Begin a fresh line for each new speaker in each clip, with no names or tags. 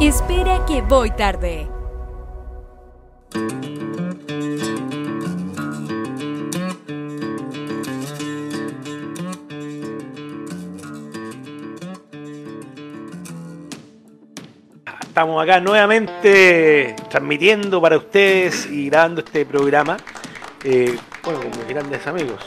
Espera que voy tarde.
Estamos acá nuevamente transmitiendo para ustedes y grabando este programa. eh, bueno, con mis grandes amigos.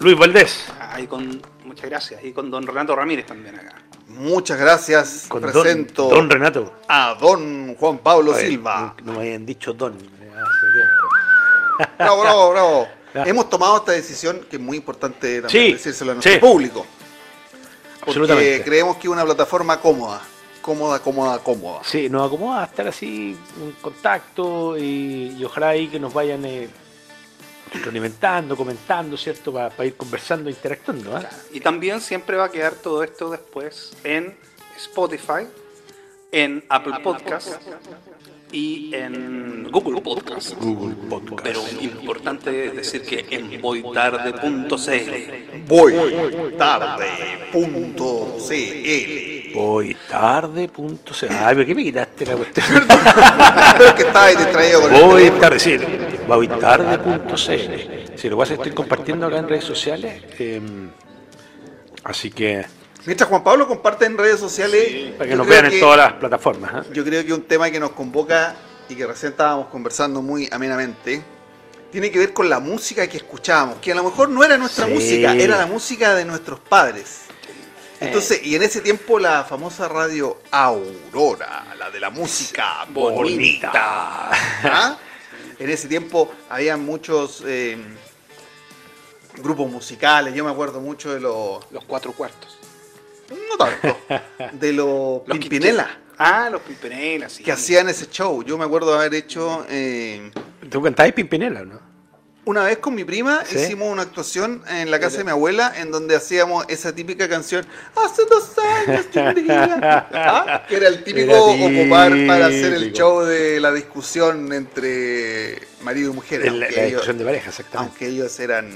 Luis Valdés.
Ah, y con, muchas gracias. Y con don Renato Ramírez también acá.
Muchas gracias.
Con don-
Presento
don, Renato.
a don Juan Pablo
Oye,
Silva.
No, no me habían dicho Don eh, hace tiempo.
Bravo, bravo, bravo.
Ya.
Hemos tomado esta decisión que es muy importante también
Sí,
decírselo a nuestro
sí.
público. Porque
Absolutamente.
creemos que es una plataforma cómoda. Cómoda, cómoda, cómoda.
Sí, nos acomoda estar así en contacto y, y ojalá ahí que nos vayan eh, alimentando, comentando, ¿cierto? Para ir conversando, interactuando. ¿ah?
Y también siempre va a quedar todo esto después en Spotify, en Apple Podcast y en Google Podcast. Google Podcast. Pero importante es decir que en voytarde.cl.
Voy tarde. Punto CL.
Hoy tarde, punto. se- Ay, ¿por qué me quitaste la cuestión?
Pero es que estaba ahí distraído con el
Voy
teléfono.
tarde, sí, voy tarde.cl. Si lo vas a estoy compartiendo acá en redes sociales. eh, así que
Mientras Juan Pablo comparte en redes sociales.
para que
yo
nos
creo
vean en
que-
todas las plataformas. ¿eh?
Yo creo que un tema que nos convoca y que recién estábamos conversando muy amenamente tiene que ver con la música que escuchábamos, que a lo mejor no era nuestra
Sí.
música, era la música de nuestros padres. Entonces, y en ese tiempo la famosa radio Aurora, la de la música bonita. ¿ah? En ese tiempo había muchos eh, grupos musicales, yo me acuerdo mucho de los,
Los cuatro cuartos.
no tanto, de los,
Los
Pimpinela.
quinquetos. Ah, los Pimpinela, sí.
que hacían ese show. Yo me acuerdo de haber hecho eh,
Tú cantabas Pimpinela, ¿no?
una vez con mi prima
Sí.
hicimos una actuación en la casa de mi abuela en donde hacíamos esa típica canción hace dos años tendría", ¿ah? que era el típico
Era
ocupar para hacer el
típico.
show de la discusión entre marido y mujer,
La,
aunque,
la
ellos,
discusión de pareja, exactamente.
aunque ellos eran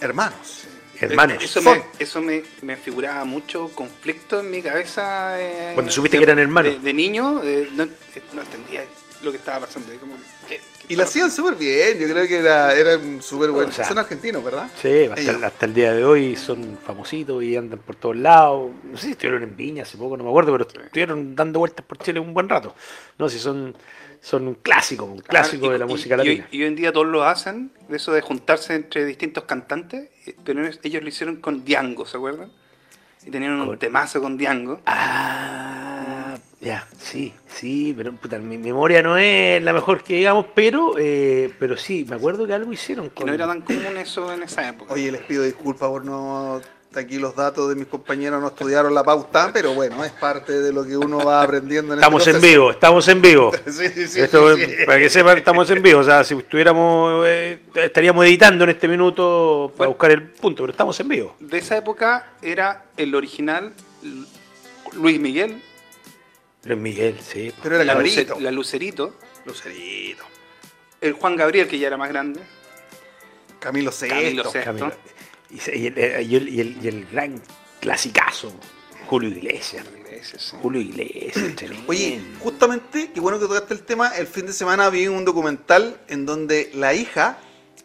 hermanos.
Hermanos.
Eso me, eso me, me figuraba mucho conflicto en mi cabeza. eh,
Cuando supiste que eran hermanos.
De, de niño, eh, no, eh, no entendía lo que estaba pasando. y como, ¿qué- qué
Y la
está
hacían súper bien, yo creo que era, eran súper buenos.
O sea,
Son argentinos, ¿verdad?
Sí, hasta,
Ellos.
el- hasta el día de hoy son famositos y andan por todos lados. No sé si estuvieron en Viña hace poco, no me acuerdo, pero estuvieron dando vueltas por Chile un buen rato. No sé, son, son un clásico, un clásico
Ah, y-
de la
y-
música
y hoy-
latina.
Y, hoy en día todos lo hacen, de eso de juntarse entre distintos cantantes, eh, pero ellos- ellos lo hicieron con Diango, ¿se acuerdan? Y tenían un
Con-
temazo con Diango.
Ah, ya, sí, sí, pero puta, mi memoria no es la mejor que digamos, pero, eh, pero sí, me acuerdo que algo hicieron
Que
con...
no era tan común eso en esa época.
Oye, les pido disculpas por no. Aquí los datos de mis compañeros no estudiaron la pauta, pero bueno, es parte de lo que uno va aprendiendo en
Estamos
este
en
proceso.
vivo, estamos en vivo.
Sí, sí, sí,
Esto,
sí, sí.
Para que sepan, estamos en vivo. O sea, si estuviéramos, eh, estaríamos editando en este minuto para
Bueno.
buscar el punto, pero estamos en vivo.
De esa época era el original Lu- Luis Miguel,
Luis Miguel, sí. po.
Pero era
la,
Cabrito.
Luce- la Lucerito,
Lucerito.
el Juan Gabriel, que ya era más grande.
Camilo VI.
Camilo VI.
Camilo.
¿no?
Y, se- y el, eh, y el- y el- y el gran clasicazo, Julio Iglesias.
Ese, sí.
Julio Iglesias, tremendo.
Oye, justamente, qué bueno que tocaste el tema. El fin de semana vi un documental en donde la hija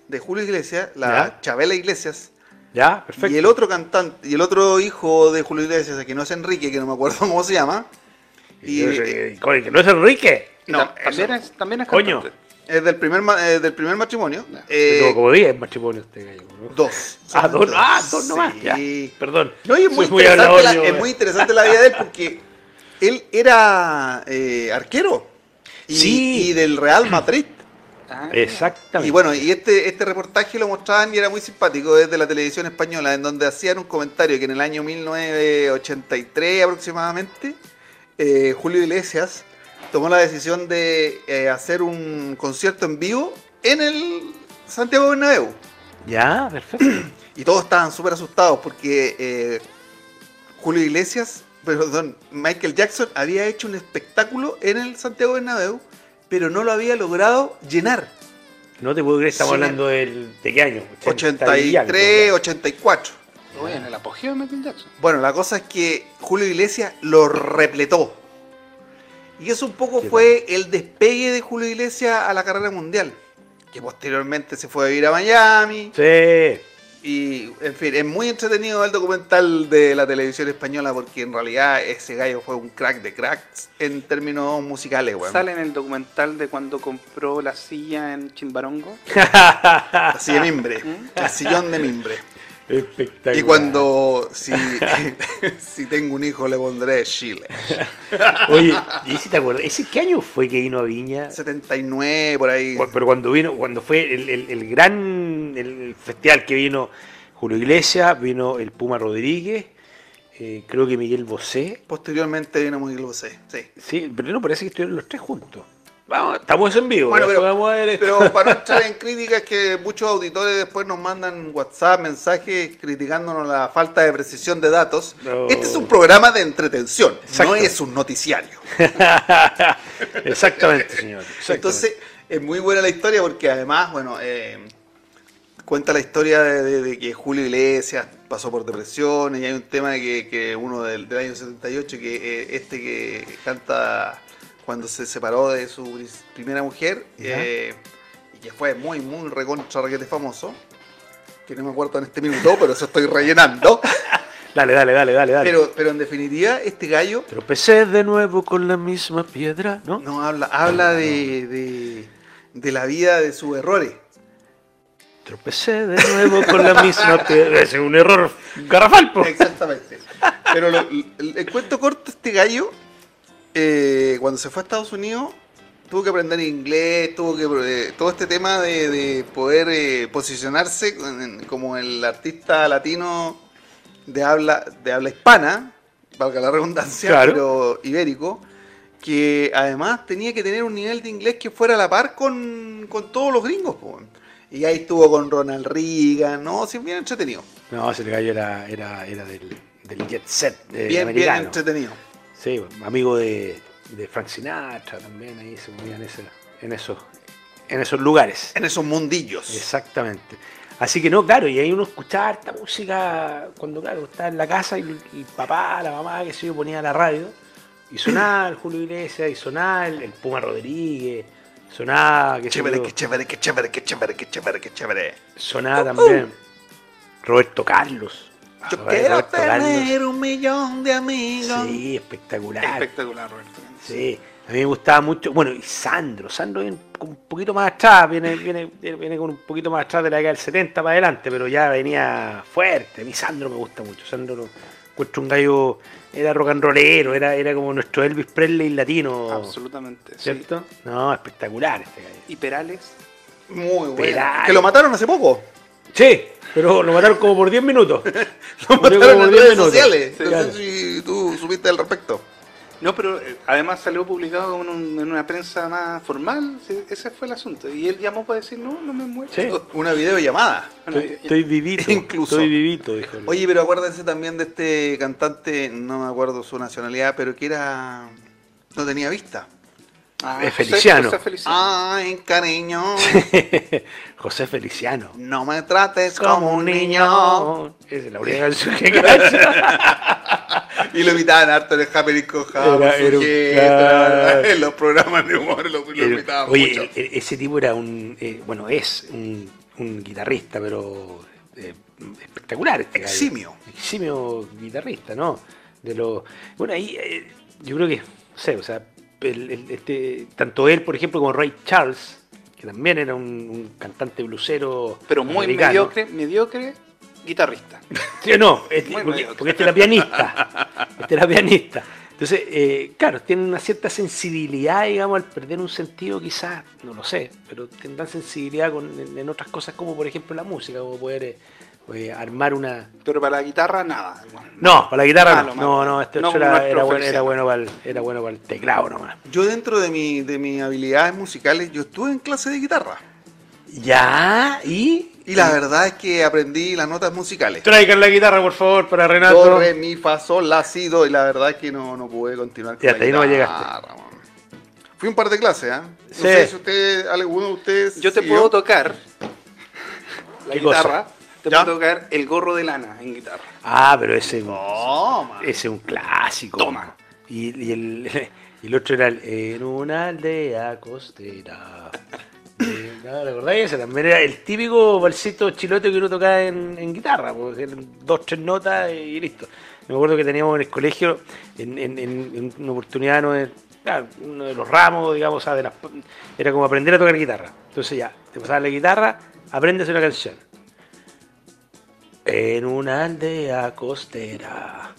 de Julio Iglesias, la
Ya.
Chabela Iglesias,
ya, perfecto.
y el otro cantante, y el otro hijo de Julio Iglesias, que no es Enrique, que no me acuerdo cómo se llama,
Y-
y-
eh, coño, que no es Enrique.
Y
No,
tam- también, es, también es
Coño.
cantante.
es del primer, ma- eh, del primer matrimonio.
Ya.
Eh,
Tuvo como 10 matrimonios este gallo. ¿no?
Dos.
Ah,
Son
dos, ah, dos
Sí.
nomás. ya. Perdón.
No, y es
Soy
muy, interesante
hablador,
la,
yo,
es
eh.
muy interesante la vida de él porque él era eh, arquero. Y,
Sí.
y del Real Madrid.
Ah,
Exactamente.
Y bueno, y este, este reportaje lo mostraban y era muy simpático desde la televisión española, en donde hacían un comentario que en el año 1983 aproximadamente, eh, Julio Iglesias tomó la decisión de eh, hacer un concierto en vivo en el Santiago Bernabéu.
Ya, perfecto.
Y todos estaban súper asustados porque eh, Julio Iglesias, perdón, Michael Jackson había hecho un espectáculo en el Santiago Bernabéu, pero no lo había logrado llenar.
No te puedo creer, estamos
Sí.
hablando del, de qué año. 80 y algo,
83,
ya.
84.
oye, en el apogeo de Michael Jackson.
Bueno, la cosa es que Julio Iglesias lo repletó. Y eso un poco
Qué
fue el despegue de Julio Iglesias a la carrera mundial. Que posteriormente se fue a vivir a Miami.
Sí.
Y, en fin, es muy entretenido el documental de la televisión española porque en realidad ese gallo fue un crack de cracks en términos musicales, weón.
Sale en el documental de cuando compró la silla en Chimbarongo.
Así de mimbre.
¿Mm?
El sillón de mimbre.
Espectacular.
Y cuando, si, si tengo un hijo, le pondré Chile.
Oye, ¿y si te acuerdas? ¿Ese qué año fue que vino a Viña?
79, por ahí.
Cu- Pero cuando vino, cuando fue el, el- el gran el festival que vino Julio Iglesias, vino el Puma Rodríguez, eh, creo que Miguel Bosé.
Posteriormente vino Miguel Bosé, sí.
Sí, pero no parece que estuvieron los tres juntos. Vamos, estamos en vivo.
Bueno,
después
pero-
vamos a ver esto.
Pero para no entrar en críticas que muchos auditores después nos mandan WhatsApp, mensajes criticándonos la falta de precisión de datos.
No.
Este es un programa de entretención,
Exacto.
no es un noticiario.
Exactamente, señor. exactamente.
Entonces, es muy buena la historia porque además, bueno, eh, cuenta la historia de, de- de que Julio Iglesias pasó por depresiones y hay un tema que, que uno del, del año 78, que eh, este que canta cuando se separó de su pris- primera mujer,
Ya.
eh, y que fue muy, muy recontra requete famoso, que no me acuerdo en este minuto, pero eso estoy rellenando,
dale, dale, dale, dale, dale.
pero, pero en definitiva, este gallo
Tropecé de nuevo con la misma piedra, ¿no?
no habla, habla de- de- de la vida de sus errores.
Tropecé de nuevo con la misma piedra. Ese es un error garrafal, po.
Exactamente. Pero lo- el, el cuento corto, este gallo, eh, cuando se fue a Estados Unidos, tuvo que aprender inglés, tuvo que eh, todo este tema de, de poder eh, posicionarse con- en- como el artista latino de habla, de habla hispana, valga la redundancia,
Claro.
pero ibérico, que además tenía que tener un nivel de inglés que fuera a la par con, con todos los gringos. po. Y ahí estuvo con Ronald Reagan, ¿no? Sí, bien entretenido.
No, ese gallo era, era, era del, del jet set eh,
Bien, bien
americano.
entretenido.
sí, amigo de, de Frank Sinatra también, ahí se movía en, ese- en, esos, en esos lugares.
en esos mundillos.
Exactamente. Así que no, claro, y ahí uno escuchaba harta música cuando, claro, estaba en la casa y el papá, la mamá, que se yo, ponía la radio y sonaba el Julio Iglesias y sonaba el, el Puma Rodríguez, sonaba, que
Chévere, qué chévere, qué chévere, qué chévere, qué chévere, qué chévere. Oh,
sonaba también Roberto Carlos. Ah,
Yo
Roberto
quiero
Carlos.
tener un millón de amigos.
Sí, espectacular.
Espectacular, Roberto.
Sí, a mí me gustaba mucho. Bueno, y Sandro, Sandro viene con un poquito más atrás, viene, viene, viene con un poquito más atrás de la década del 70 para adelante, pero ya venía fuerte. A mí Sandro me gusta mucho. Sandro lo encuentro un gallo, era rock and rollero, era, era como nuestro Elvis Presley latino.
Absolutamente. sí.
¿Cierto? No, espectacular este gallo.
Y Perales.
Muy bueno.
Peral.
Que lo mataron hace poco.
Sí, pero lo mataron como por 10 minutos.
Lo
Murió
mataron
como
en
10
redes
minutos.
sociales.
Sí,
no
claro.
sé si tú supiste al respecto.
No, pero eh, además salió publicado en, un- en una prensa más formal. sí, Ese fue el asunto. Y él llamó para decir, no, no me muero.
Sí.
Una videollamada.
Bueno,
Estoy, estoy vivito.
Incluso.
Estoy vivito, dijo. el-
Oye, pero acuérdense también de este cantante, no me acuerdo su nacionalidad, pero que era. No tenía vista.
ah,
Es
José-
Feliciano.
José Feliciano.
Ay, cariño.
José Feliciano.
No me trates como un niño.
Esa es la única canción que cacho.
Y lo imitaban harto en el Happy con
Era- era un crack.
en los programas de humor lo, lo
Pero,
imitaban
Eh, oye,
mucho.
e- e- ese tipo era un, eh, bueno, es un, un guitarrista, pero eh, espectacular. este gallo.
Eximio.
Eximio guitarrista, ¿no? De los, bueno, ahí eh, yo creo que, no sé, o sea, el- el- este, tanto él, por ejemplo, como Ray Charles, que también era un, un cantante blusero.
Pero muy
americano.
mediocre, mediocre guitarrista.
Sí, no, este-
Muy
porque,
mediocre.
porque este era pianista. Este era pianista. Entonces, eh, claro, tienen una cierta sensibilidad, digamos, al perder un sentido quizás, no lo sé, pero tendrán sensibilidad con- en, en otras cosas como por ejemplo la música, como poder eh, eh, armar una...
Pero para la guitarra, nada. bueno.
No, para la guitarra
Malo,
no,
malo.
no, no, este
No
otro
como
era,
nuestro
era bueno, era,
Feliciano.
bueno para el, era bueno para el teclado nomás.
Yo dentro de, mi, de mis habilidades musicales, yo estuve en clase de guitarra.
Ya, y...
Y la verdad es que aprendí las notas musicales.
Traigan la guitarra, por favor, para Renato.
Do, re, mi, fa, sol, la, si, do. Y la verdad es que no, no pude continuar con
Y
la
hasta ahí no
guitarra, man. Fui un par de clases, ¿ah? No
Sí.
sé si usted, alguno de ustedes...
Yo te
siguió.
puedo tocar la
¿Qué cosa?
guitarra. Te
¿Ya?
puedo tocar el gorro de lana en guitarra.
Ah, pero ese,
No, man.
ese es un clásico.
Toma.
Y, y el, y el otro era el, en una aldea costera. Eh, ¿no? ¿Recordáis ese? También era el típico valsito chilote que uno tocaba en, en guitarra, porque eran dos, tres notas y listo. Me acuerdo que teníamos en el colegio, en, en- en- en una oportunidad, ¿no? de- claro, uno de los ramos, digamos, o sea, de las- era como aprender a tocar guitarra. Entonces ya, te pasabas la guitarra, aprendes una canción. En una aldea costera.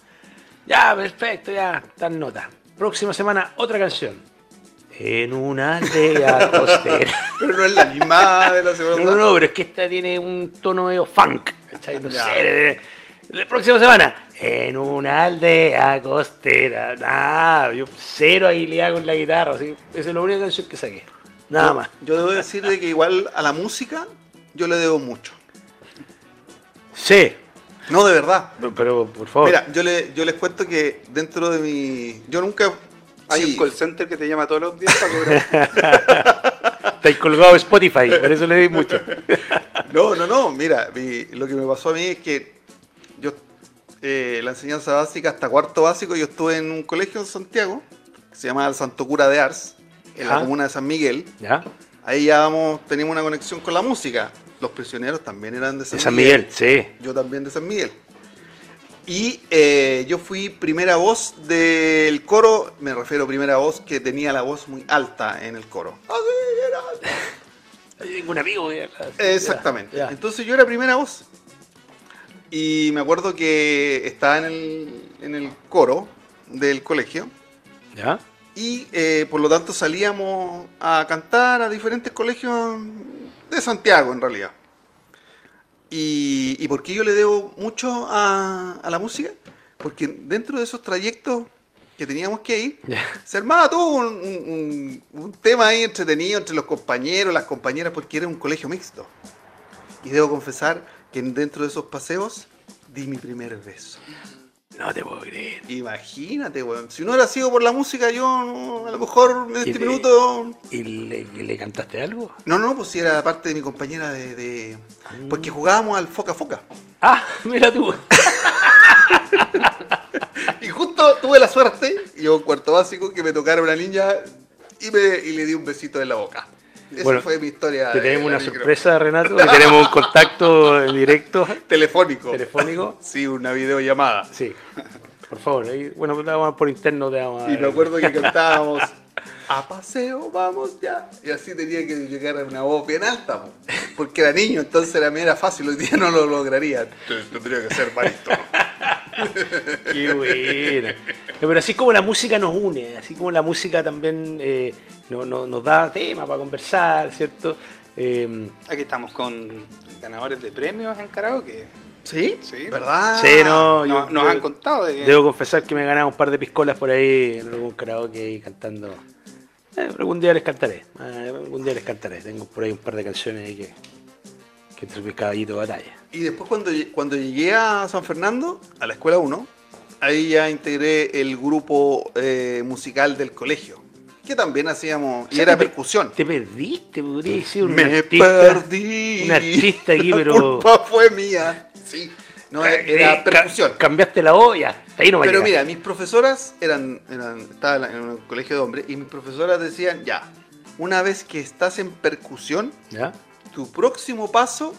Ya, perfecto, ya, tan nota. Próxima semana, otra canción. En una aldea costera.
Pero no es la misma de la
No,
segunda.
no, no, pero es que esta tiene un tono medio funk. ¿cachai? No
Ya.
sé, eh, la próxima semana, en una aldea costera. Nah, yo cero habilidad con la guitarra. Así, esa es la única canción que saqué. Nada más.
Yo debo decir de que igual a la música yo le debo mucho.
Sí,
No, de verdad.
pero, pero, por favor.
Mira, yo, le, yo les cuento que dentro de mi... Yo nunca...
Hay
ahí-
un call center que te llama todos los días para cobrar.
Estáis colgado Spotify, por eso le di mucho.
No, no, no, mira, mi- lo que me pasó a mí es que yo, eh, la enseñanza básica hasta cuarto básico, yo estuve en un colegio en Santiago, que se llama el Santo Cura de Ars, en la
Ajá.
comuna de San Miguel.
¿Ya?
Ahí ya vamos, teníamos una conexión con la música. Los prisioneros también eran de San,
De San Miguel, sí.
Yo también de San Miguel. Y eh, yo fui primera voz del coro, me refiero primera voz que tenía la voz muy alta en el coro.
Tengo un amigo.
Exactamente. Entonces yo era primera voz. Y me acuerdo que estaba en el, en el coro del colegio.
¿Ya?
Y eh, por lo tanto salíamos a cantar a diferentes colegios de Santiago, en realidad. ¿Y, y por qué yo le debo mucho a, a la música? Porque dentro de esos trayectos que teníamos que ir, se armaba todo un, un- un- un tema ahí entretenido entre los compañeros, las compañeras, porque era un colegio mixto. Y debo confesar que dentro de esos paseos di mi primer beso.
No te puedo creer.
Imagínate, weón. Si no hubiera sido por la música, yo no, a lo mejor en
Y
este
le-
minuto.
¿Y le, le cantaste algo?
No, no, pues si era parte de mi compañera de. de- Porque jugábamos al foca foca.
Ah, mira tú.
Y justo tuve la suerte, yo en cuarto básico, que me tocara una niña y, me, y le di un besito en la boca. Esa
Bueno,
fue mi historia.
Te
de
tenemos
la
una
micro.
sorpresa, Renato. Le tenemos un contacto en directo,
Telefónico.
telefónico.
Sí, una videollamada.
Sí. Por favor, ahí, bueno, te vamos a- por interno te vamos a-
Y me acuerdo que cantábamos a paseo, vamos ya. Y así tenía que llegar a una voz bien alta, po. porque era niño, entonces era, me era fácil, hoy día no lo lograría. Te- Tendría que ser maristo.
Qué buena. No, Pero así como la música nos une, así como la música también eh, no- no- nos da tema para conversar, ¿cierto? Eh,
Aquí estamos con ganadores de premios en karaoke.
¿Sí?
Sí.
¿Verdad?
sí, Ah, no, yo-
Nos, nos
yo-
han contado de que
Debo confesar que me he ganado un par de piscolas por ahí en algún karaoke ahí cantando. Eh, algún día les cantaré. eh, algún día les cantaré. Tengo por ahí un par de canciones ahí que. que es mi caballito de batalla.
Y después cuando, lle- cuando llegué a San Fernando, a la escuela 1, ahí ya integré el grupo eh, musical del colegio, que también hacíamos, y
sea,
era
te-
percusión.
Te perdiste, podría decir un
Me Eh,
artista.
perdí.
un artista aquí,
la
pero-
culpa fue mía. Sí. No,
Eh,
era
ca-
percusión.
cambiaste la olla. Hasta ahí no
Pero mira, mis profesoras eran, eran estaba en la- en un colegio de hombres y mis profesoras decían, ya, una vez que estás en percusión,
¿Ya?
tu próximo paso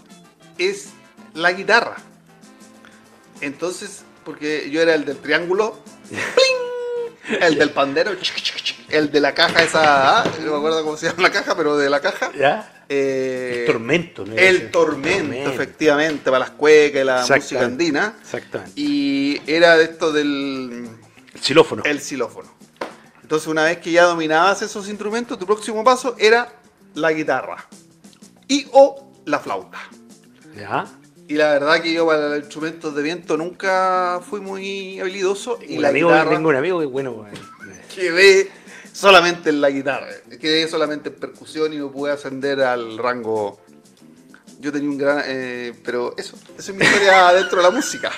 es la guitarra. Entonces, porque yo era el del triángulo, ¡pling! el del pandero, chic, chic, chic, el de la caja esa, ah, no me acuerdo cómo se llama la caja, pero de la caja.
¿Ya?
eh,
El tormento, ¿no?
El tormento, efectivamente, para las cuecas y la música
Exactamente.
andina.
Exactamente.
Y era de esto del
El xilófono.
el xilófono. Entonces, una vez que ya dominabas esos instrumentos, tu próximo paso era la guitarra y o la flauta.
¿Ya?
Y la verdad que yo para los instrumentos de viento nunca fui muy habilidoso y
Un
la
amigo,
guitarra
tengo un amigo que bueno. pues, bueno.
quedé solamente en la guitarra. Quedé solamente en percusión y no pude ascender al rango. Yo tenía un gran... eh, pero eso, eso es mi historia dentro de la música.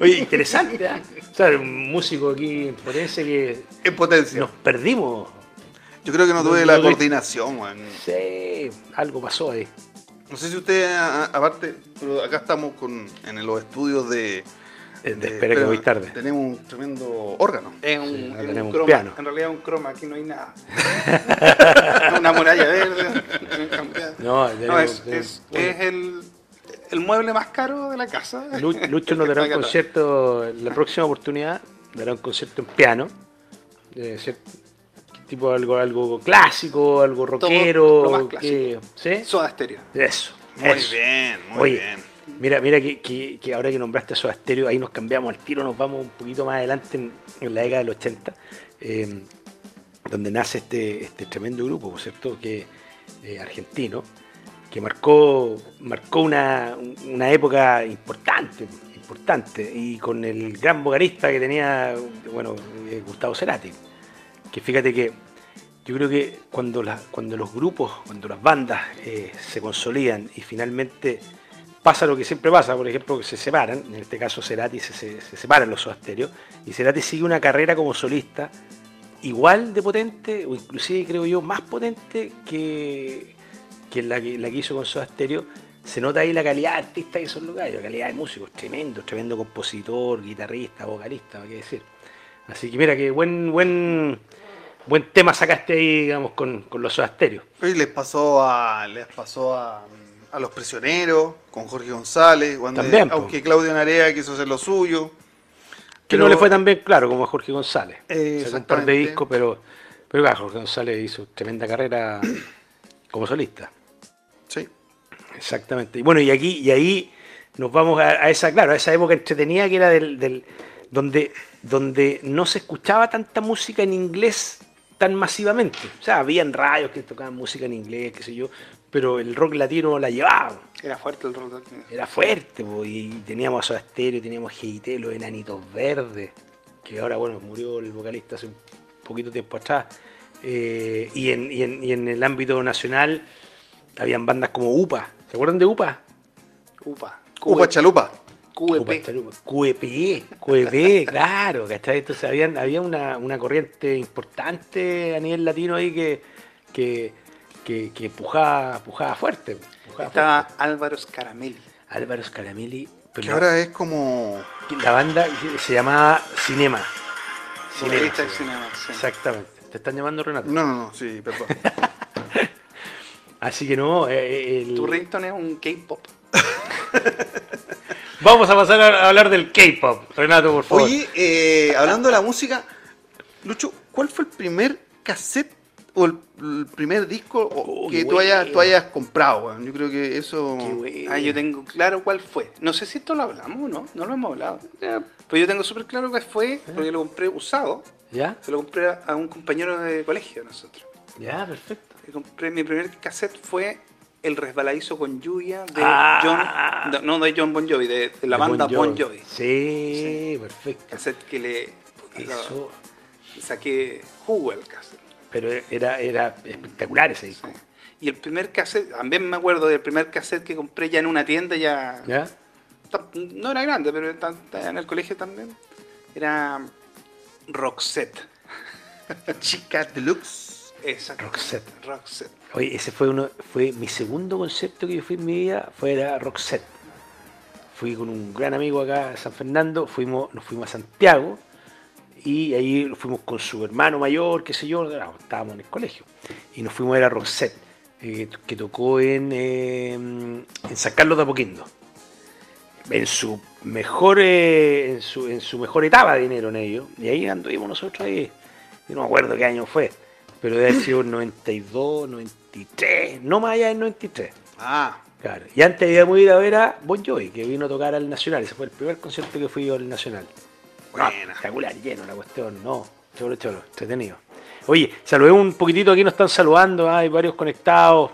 Oye, interesante. ¿ah? O sea, un músico aquí en Forense que
En potencia.
nos perdimos.
Yo creo que no
No,
tuve
no
la
tuviste-
coordinación, weón.
Sí, algo pasó ahí.
No sé si usted, a- a- aparte, pero acá estamos con, en los estudios de
Eh, te espera que voy tarde.
Tenemos un tremendo órgano.
Es un,
no
es un
tenemos un
croma.
piano.
En realidad es un croma, aquí no hay nada. Una muralla verde.
No,
No, es,
tenemos-
es, es el, el mueble más caro de la casa.
Lu- Lucho nos dará un
Acá está.
concierto, en la próxima oportunidad dará un concierto en piano, de cier- tipo algo, algo clásico, algo rockero,
lo más
que- ¿sí?
Soda Stereo.
Eso.
Muy
eso.
bien, muy
Oye,
bien.
Mira, mira que, que- que ahora que nombraste a Soda Stereo, ahí nos cambiamos al tiro, nos vamos un poquito más adelante en, en la década del 80, eh, donde nace este, este tremendo grupo, por cierto, que eh, argentino, que marcó, marcó una, una época importante, importante, y con el gran vocalista que tenía, bueno, eh, Gustavo Cerati, que fíjate que yo creo que cuando, las- cuando los grupos, cuando las bandas eh, se consolidan y finalmente pasa lo que siempre pasa, por ejemplo, que se separan, en este caso Cerati se, se- se separan los Soda Stereo, y Cerati sigue una carrera como solista igual de potente, o inclusive creo yo más potente que, que la, que la que hizo con Soda Stereo. Se nota ahí la calidad de artista que son los gallos, la calidad de músicos, tremendo, tremendo compositor, guitarrista, vocalista, hay que decir. Así que mira, que buen, buen, buen tema sacaste ahí, digamos, con, con los Soda Stereo.
Oye, les pasó a les pasó a, a los prisioneros con Jorge González, cuando-
También, po.
aunque Claudio Narea quiso hacer lo suyo.
Que
Pero-
no le fue tan bien, claro, como a Jorge González.
Eh,
Sacó un par de
exactamente.
discos, pero, pero claro, Jorge González hizo tremenda carrera como solista.
Sí.
Exactamente. Y bueno, y aquí, y ahí nos vamos a, a esa, claro, a esa época entretenida que era del, del- donde, donde no se escuchaba tanta música en inglés tan masivamente. O sea, habían radios que tocaban música en inglés, qué sé yo, pero el rock latino la llevaba.
Era fuerte el rol. de-
Era fuerte, po, y teníamos a Soda Stereo, teníamos GIT, los enanitos verdes, que ahora, bueno, murió el vocalista hace un poquito tiempo atrás. Eh, y, en, y en- y en el ámbito nacional habían bandas como UPA. ¿Se acuerdan de UPA?
Upa.
Upa Chalupa.
Upa,
QEP.
chalupa. QEP, QEP, E claro, ¿cachai? Entonces habían, había una, una corriente importante a nivel latino ahí que, que, que, que pujaba, pujaba fuerte. pujaba
Estaba
fuerte.
Álvaro Scaramelli.
Álvaro Scaramelli. pero
Que
no-
ahora es como.
La banda se llamaba Cinema. Cinema.
Vocalista de cinema. sí.
Exactamente. Te están llamando Renato.
No, no, no, sí, perdón.
Así que no, eh, el-
Tu ringtone es un K-pop.
vamos a pasar a hablar del K-pop. Renato, por favor.
Oye, eh, hablando de la música, Lucho, ¿cuál fue el primer cassette o el, el primer disco o-
Oh,
que
qué
tú hayas, tú
bueno.
hayas comprado? weón? Yo creo que eso.
Qué bueno.
Ah, yo tengo claro cuál fue. No sé si esto lo hablamos o no. No lo hemos hablado. Pero yo tengo súper claro cuál
Eh.
fue, porque lo compré usado.
¿Ya?
Se lo compré a a un compañero de colegio de nosotros.
Ya, perfecto.
Le compré- mi primer cassette fue El resbaladizo con lluvia de
Ah.
John. No, no de John Bon Jovi, de, de la
De
banda Bon Jovi.
Sí, perfecto.
Cassette que le
Eso,
le saqué jugo al cassette.
pero era, era espectacular ese disco.
Sí. Y el primer cassette, también me acuerdo del primer cassette que compré ya en una tienda, ya.
¿Ya?
tam- No era grande, pero ta- ta- en el colegio también. Era Roxette.
Chica Deluxe.
Exacto.
Roxette.
Roxette.
Oye, ese fue uno, fue mi segundo concierto que yo fui en mi vida, fue era Roxette. Fui con un gran amigo acá a San Fernando, fuimos, nos fuimos a Santiago y ahí nos fuimos con su hermano mayor, qué sé yo, claro, estábamos en el colegio. Y nos fuimos a ver a Roxette, eh, que tocó en, eh, en San Carlos de Apoquindo. En su mejor eh, en, su, en su mejor etapa de dinero en ellos. Y ahí anduvimos nosotros ahí. Yo no me acuerdo qué año fue. Pero debe haber sido el 92, 93, no más allá del 93.
Ah,
Claro. Y antes habíamos ido a ver a Bon Jovi, que vino a tocar al Nacional. Ese fue el primer concierto que fui yo al Nacional. No,
Buena.
espectacular, lleno la cuestión, no. Cholo, cholo, entretenido. Oye, saludemos un poquitito, aquí nos están saludando, hay varios conectados.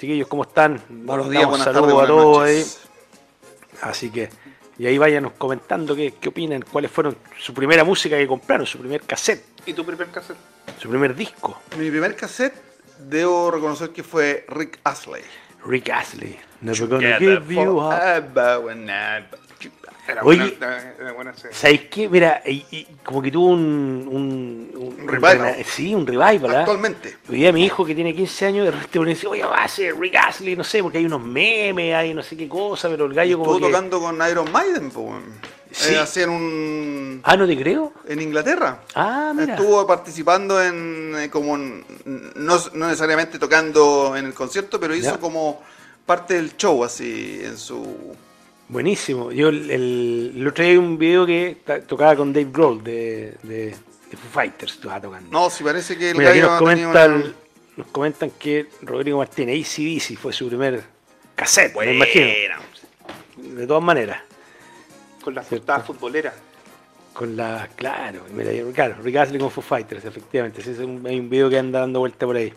Chiquillos, ¿cómo están?
buenos
Mandamos
días, buenas
saludos
tardes,
a
buenas
todos
noches.
ahí. Así que, y ahí váyanos comentando qué, qué opinan, cuáles fueron su primera música que compraron, su primer cassette,
¿Y tu primer cassette?
su primer disco.
Mi primer cassette, debo reconocer que fue Rick Astley.
Rick Astley. Never gonna give you up.
Era
Oye.
buena, era buena ese-
¿Sabéis qué? Mira, y- y como que tuvo un. Un, un-
Un revival.
un- sí, un revival. ¿ah?
Actualmente.
Hoy día mi hijo que tiene 15 años de repente me dice, oye, va a ser Rick Astley, no sé, porque hay unos memes, hay no sé qué cosa, pero el gallo como
Estuvo
que...
tocando con Iron Maiden, po, weón.
Sí.
eh, hacían un
Ah, no te creo.
en Inglaterra.
Ah, mira.
Estuvo participando en eh, como en- no, no necesariamente tocando en el concierto, pero hizo
Ya.
como parte del show así en su
Buenísimo. Yo el, el, el otro día vi un video que ta- tocaba con Dave Grohl de, de, de Foo Fighters. Estaba tocando.
No, si parece que el
Mira, aquí
gallo
nos
ha tenido
comentan,
una-
nos comentan que Rodrigo Martínez, ACDC, fue su primer cassette, me imagino. De todas maneras.
Con las
Cierto.
portadas futboleras.
Con la. Claro, mira, yo- claro, Rick Astley con Foo Fighters, efectivamente. sí, es un- hay un video que anda dando vuelta por ahí.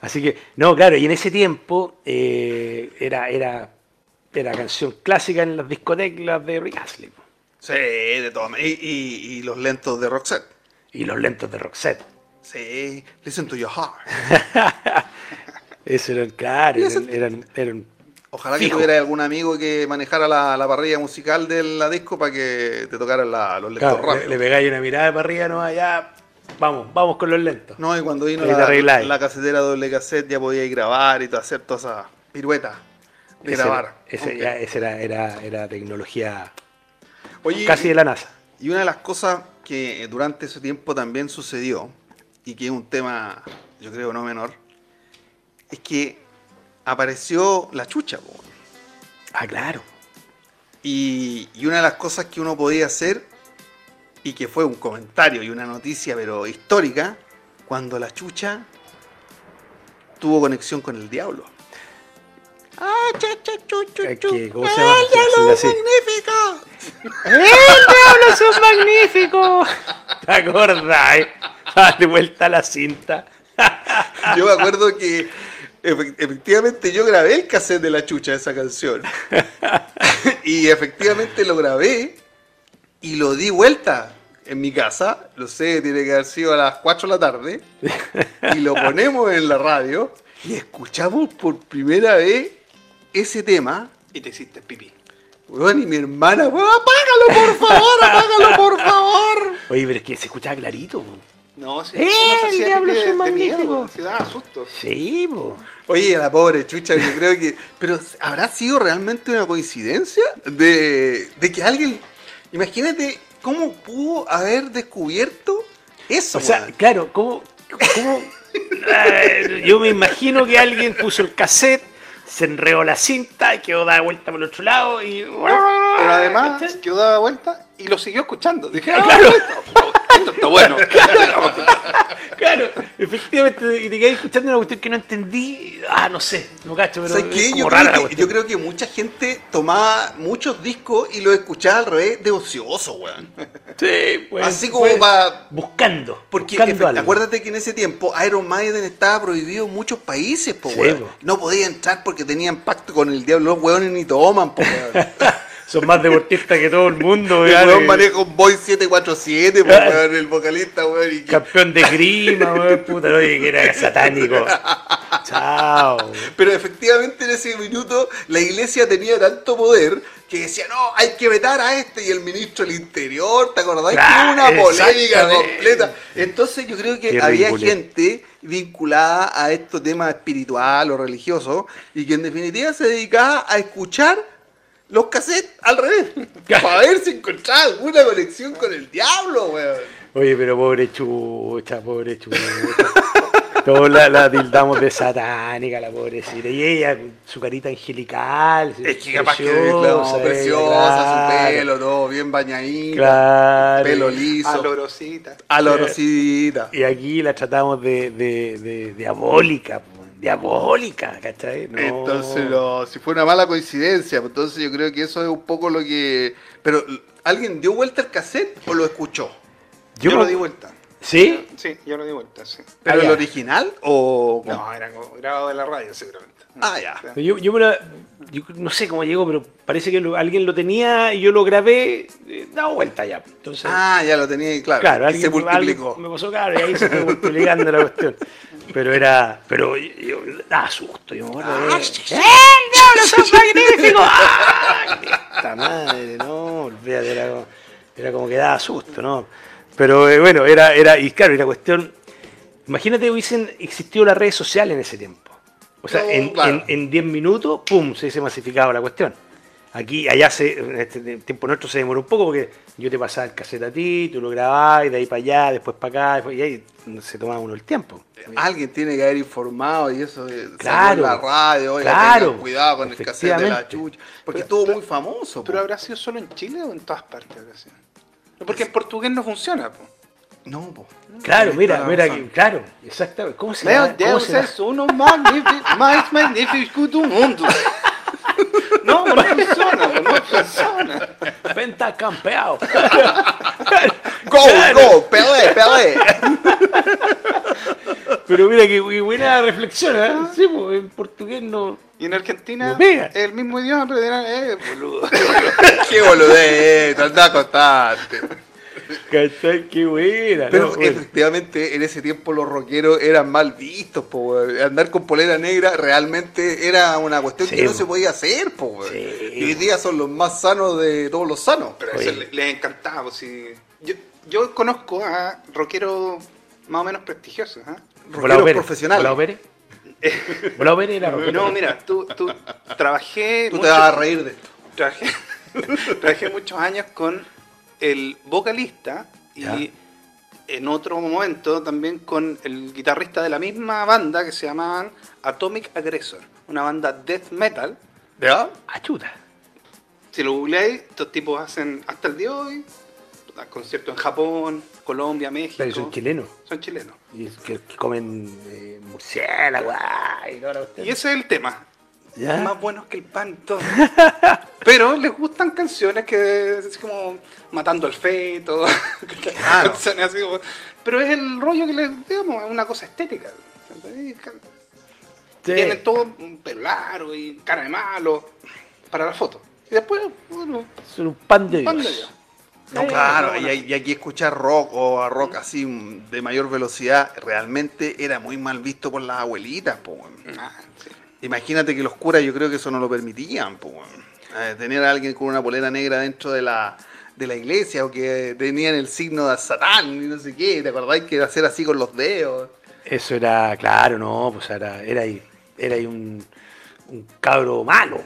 Así que, no, claro, y en ese tiempo eh, era, era, era canción clásica en las discotecas de Rick Astley. po.
Sí, de todas maneras. Y, y- y los lentos de Roxette.
Y los lentos de Roxette.
Sí, listen to your heart.
Eso eran, claro,
Y ese-
eran, eran, eran-
Ojalá que
Fijo.
tuviera algún amigo que manejara la, la parrilla musical de la disco para que te tocaran la- los lentos
claro, le,
rápido.
le pegáis una mirada para arriba, no, ya, vamos, vamos con los lentos.
No, y cuando vino
Ahí te
la,
arregláis.
la casetera doble cassette ya podía ir grabar y to- hacer todas esas piruetas
Ese
de
era-
grabar.
ese
Ok.
ya- ese era, era, era tecnología
Oye,
casi de la NASA.
Y una de las cosas que durante ese tiempo también sucedió, y que es un tema, yo creo, no menor, es que apareció la chucha. po.
Ah, claro.
Y, y una de las cosas que uno podía hacer, y que fue un comentario y una noticia, pero histórica, cuando la chucha tuvo conexión con el diablo.
Es Eh, que, ¿cómo se llama? Así.
¡Magnífico!
¡Diablos son magníficos! ¿Te acordás? eh? Dale vuelta a la cinta.
Yo me acuerdo que efec- efectivamente yo grabé el cassette de la chucha de esa canción. y efectivamente lo grabé y lo di vuelta en mi casa. Lo sé, tiene que haber sido a las 4 de la tarde. Y lo ponemos en la radio y escuchamos por primera vez ese tema.
Y te hiciste pipí.
Weón, y mi hermana, weón, apágalo por favor, apágalo por favor.
Oye, pero es que se escuchaba clarito. po.
No, sí.
¡Eh, el diablo es magnífico!
Se da susto.
Sí, po.
Oye, la pobre chucha, yo creo que. Pero ¿habrá sido realmente una coincidencia? De, de que alguien. Imagínate cómo pudo haber descubierto eso.
O sea,
weón.
claro, ¿cómo? cómo- Ay, Yo me imagino que alguien puso el cassette, se enredó la cinta, quedó dada vuelta por el otro lado y.
Pero además,
Ah, ¿Cachai? Eh,
yo daba vuelta y lo siguió escuchando. Dije, ah,
Claro.
esto, esto está bueno.
Claro, efectivamente, y te quedé escuchando una cuestión que no entendí. Ah, no sé, no cacho, pero.
¿Sabes qué?
es como
Yo,
rara la
creo que,
cuestión.
yo creo que mucha gente tomaba muchos discos y los escuchaba al revés de ocioso, weón.
Sí, pues,
Así como
pues,
para.
Buscando.
Porque
buscando
efe-
algo.
acuérdate que en ese tiempo Iron Maiden estaba prohibido en muchos países, po,
Sí,
weón.
po.
No podía entrar porque tenían pacto con el diablo. Los weones ni toman, po, weón.
Son más deportistas que todo el mundo,
El
weón,
weón
eh.
maneja un Boeing 747, pues,
Claro.
weón, el vocalista, weón. y que-
Campeón de grima, weón, puta, oye, que era satánico. Chao.
Pero efectivamente en ese minuto la iglesia tenía tanto poder que decía, no, hay que vetar a este y el ministro del interior, ¿te acordás?
Claro,
que hubo una polémica
exactamente.
completa. Entonces yo creo que
Qué
había
ridículo.
gente vinculada a estos temas espiritual o religiosos y que en definitiva se dedicaba a escuchar los cassettes al revés, para ver si encontraba alguna conexión con el diablo, weón.
Oye, pero pobre chucha, pobre chucha. Todos la, la tildamos de satánica, la pobrecita. Y ella, con su carita angelical.
Es que capaz que, claro,
eh,
preciosa, su
claro,
pelo, todo bien bañadito,
Claro.
pelo liso,
Alorosita.
alorosita.
Y aquí la tratamos de, de, de- diabólica, po, diabólica, ¿cachai? No.
Entonces, no, si fue una mala coincidencia, pues, entonces yo creo que eso es un poco lo que... Pero, ¿alguien dio vuelta el cassette o lo escuchó?
Yo,
me-
lo di vuelta.
¿Sí?
Sí, yo lo di vuelta, sí.
¿Pero
Ah,
el
ya.
original o...?
No, era como grabado de la radio, seguramente.
Ah, ya.
Yo, yo me la- yo no sé cómo llegó, pero parece que lo- alguien lo tenía y yo lo grabé, eh, dado vuelta ya. Entonces,
Ah, ya lo tenía, ahí, claro.
claro,
y
alguien,
se multiplicó.
alguien me pasó claro y ahí se fue multiplicando la cuestión. Pero era, pero yo, yo- daba susto, yo me acuerdo
Ah,
de- ¡Eh, no, son magníficos! ¡Ah! ¡Esta madre, no! olvídate, Era como, era como que daba susto, ¿no? Pero eh, bueno, era, era, y claro, era cuestión. Imagínate hubiesen existido las redes sociales en ese tiempo. O sea,
No,
en,
claro.
en, en 10 minutos, ¡pum! se hubiese masificado la cuestión. Aquí, allá, se, en este tiempo nuestro se demoró un poco porque yo te pasaba el cassette a ti, tú lo grababas, y de ahí para allá, después para acá, después- y ahí se tomaba uno el tiempo.
Alguien tiene que haber informado y eso de salió
Claro,
en la radio, oiga,
claro,
tengan cuidado con el cassette de la
efectivamente.
chucha. Porque
Pero-
estuvo
pero-
muy famoso.
¿Pero
po.
habrá sido solo en Chile o en todas partes? habrá sido? No, Porque en portugués no funciona. Po.
No, po.
Claro, mira,
Toda la
mira,
razón.
claro, exactamente. ¿Cómo se
Meu
llama? ¿Cómo
Deus,
se llama?
es uno magnífico, más magnífico do mundo. No, no funciona, po, no funciona.
Pentacampeado.
Go, go, Pelé, Pelé.
Pero mira, qué qué buena reflexión, ¿eh? Sí, pues, en portugués no.
Y en Argentina,
No pega.
el mismo idioma, pero dirán, eh, boludo.
Qué boludez, tanta constante.
¿Cachai? Qué buena.
Pero
no, bueno.
efectivamente en ese tiempo los rockeros eran mal vistos, po, weón. andar con polera negra realmente era una cuestión
Sí,
que no
po.
se podía hacer, po, weón.
Sí.
y hoy día son los más sanos de todos los sanos.
Pero eso le- les encantaba. po, si- Yo, yo conozco a rockeros más o menos prestigiosos. ¿ah?
Volado
Rockeros
Pérez.
profesionales.
Volado Pérez. Volado Pérez era rockero.
No, mira, tú, tú trabajé.
Tú
mucho-
te vas a reír de esto.
trabajé, trabajé muchos años con el vocalista y
Ya.
en otro momento también con el guitarrista de la misma banda que se llamaban Atomic Aggressor, una banda death metal.
¿Ya?
Ah,
Achuta.
Si lo googleáis, estos tipos hacen hasta el día de hoy puta, conciertos en Japón, Colombia, México.
Pero son chilenos.
Son chilenos.
Y es que, que comen eh, murciélago. ah, Y toda la cuestión.
Y ese es el tema.
¿Ya?
Más buenos que el pan todo. Pero les gustan canciones que es como matando al feto.
Claro.
canciones así como- Pero es el rollo que les, digamos, es una cosa estética. ¿entendés?
Sí.
Tienen todo un pelo largo y cara de malo para la foto. Y después, bueno,
Son un pan de Dios.
pan de Dios.
No,
Sí,
claro,
no,
y,
no.
ahí- y aquí escuchar rock o a rock así mm, de mayor velocidad realmente era muy mal visto por las abuelitas, po, weón.
Ah, sí.
Imagínate que los curas yo creo que eso no lo permitían, po, weón. Eh, tener a alguien con una polera negra dentro de la, de la iglesia o que tenían el signo de Satán y no sé qué, ¿te acordáis que era hacer así con los dedos?
Eso era, claro, no, pues era, era ahí, era ahí un, un cabro malo.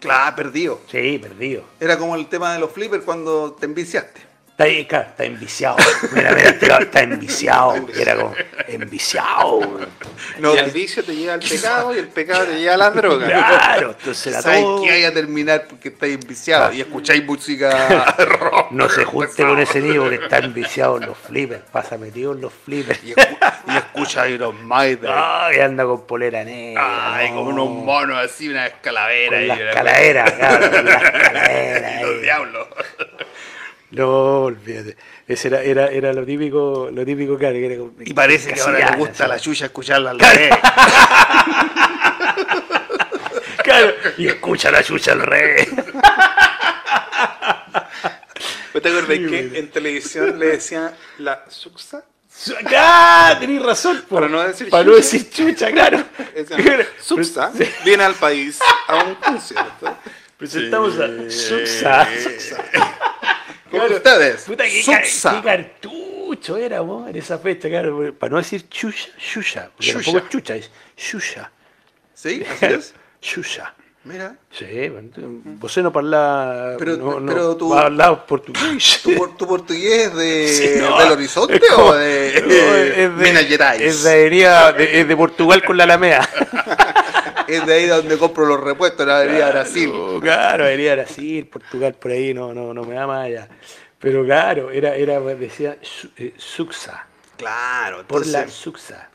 Claro, perdido.
Sí, perdido.
Era como el tema de los flippers cuando te enviciaste.
Está ahí, claro, está enviciado. Mira, mira, este cabrón está enviciado. Era como, enviciado. güey.
No,
y al vicio te lleva al pecado y el pecado te lleva a las drogas.
Claro, entonces era
sabes
todo.
que hay a terminar porque estáis enviciado y escucháis música rock.
No se junte
pesado.
con ese niño que está enviciado en los flippers, pasa metido en los flippers.
y, escu- y escucha a Iron Maiden.
Ay, anda con polera negra.
Ay,
Ah, no.
eh, como unos monos así, una escalavera.
Con
y
las
una-
caladeras, claro, con las caladeras.
y los
ahí.
diablos.
No, olvídate. Ese era, era, era lo típico, lo típico claro, que era como-
Y parece que ahora le
casillana,
gusta a la
así.
chucha escucharla al revés.
Claro, y escucha la chucha al revés.
¿Te acordás que en televisión le decían la suxa?
¡Ah! Tenés razón. po.
Para no decir
Para no
chucha.
decir chucha, claro.
Esa-
Claro.
Subsa
Sí.
viene al país a un concierto.
Presentamos a Subsa.
Como ustedes.
Puta, qué, ca- qué
Subsa.
cartucho era vos en esa fecha, claro. porque- Para no decir chucha, chucha. Porque
Chucha.
tampoco es chucha, es chucha.
Sí, así es.
Chucha.
Mira.
Sí, bueno, tú- vos no parla,
Pero-
no, no,
pero tú-
hablá portugués.
¿Tu, por- tu portugués es de,
Sí, no,
del horizonte
es como-
o de, eh,
no, es de-
Minas Gerais?
Es de, avenida- de- es de Portugal con la Alameda.
Es de ahí donde compro los repuestos, en la avenida Brasil.
No, Oh, claro, venía Brasil, Portugal por ahí, no, no, no me da más allá. Pero claro, era, era decía su- eh, Suxa,
Claro,
por la
entonces,
Suxa.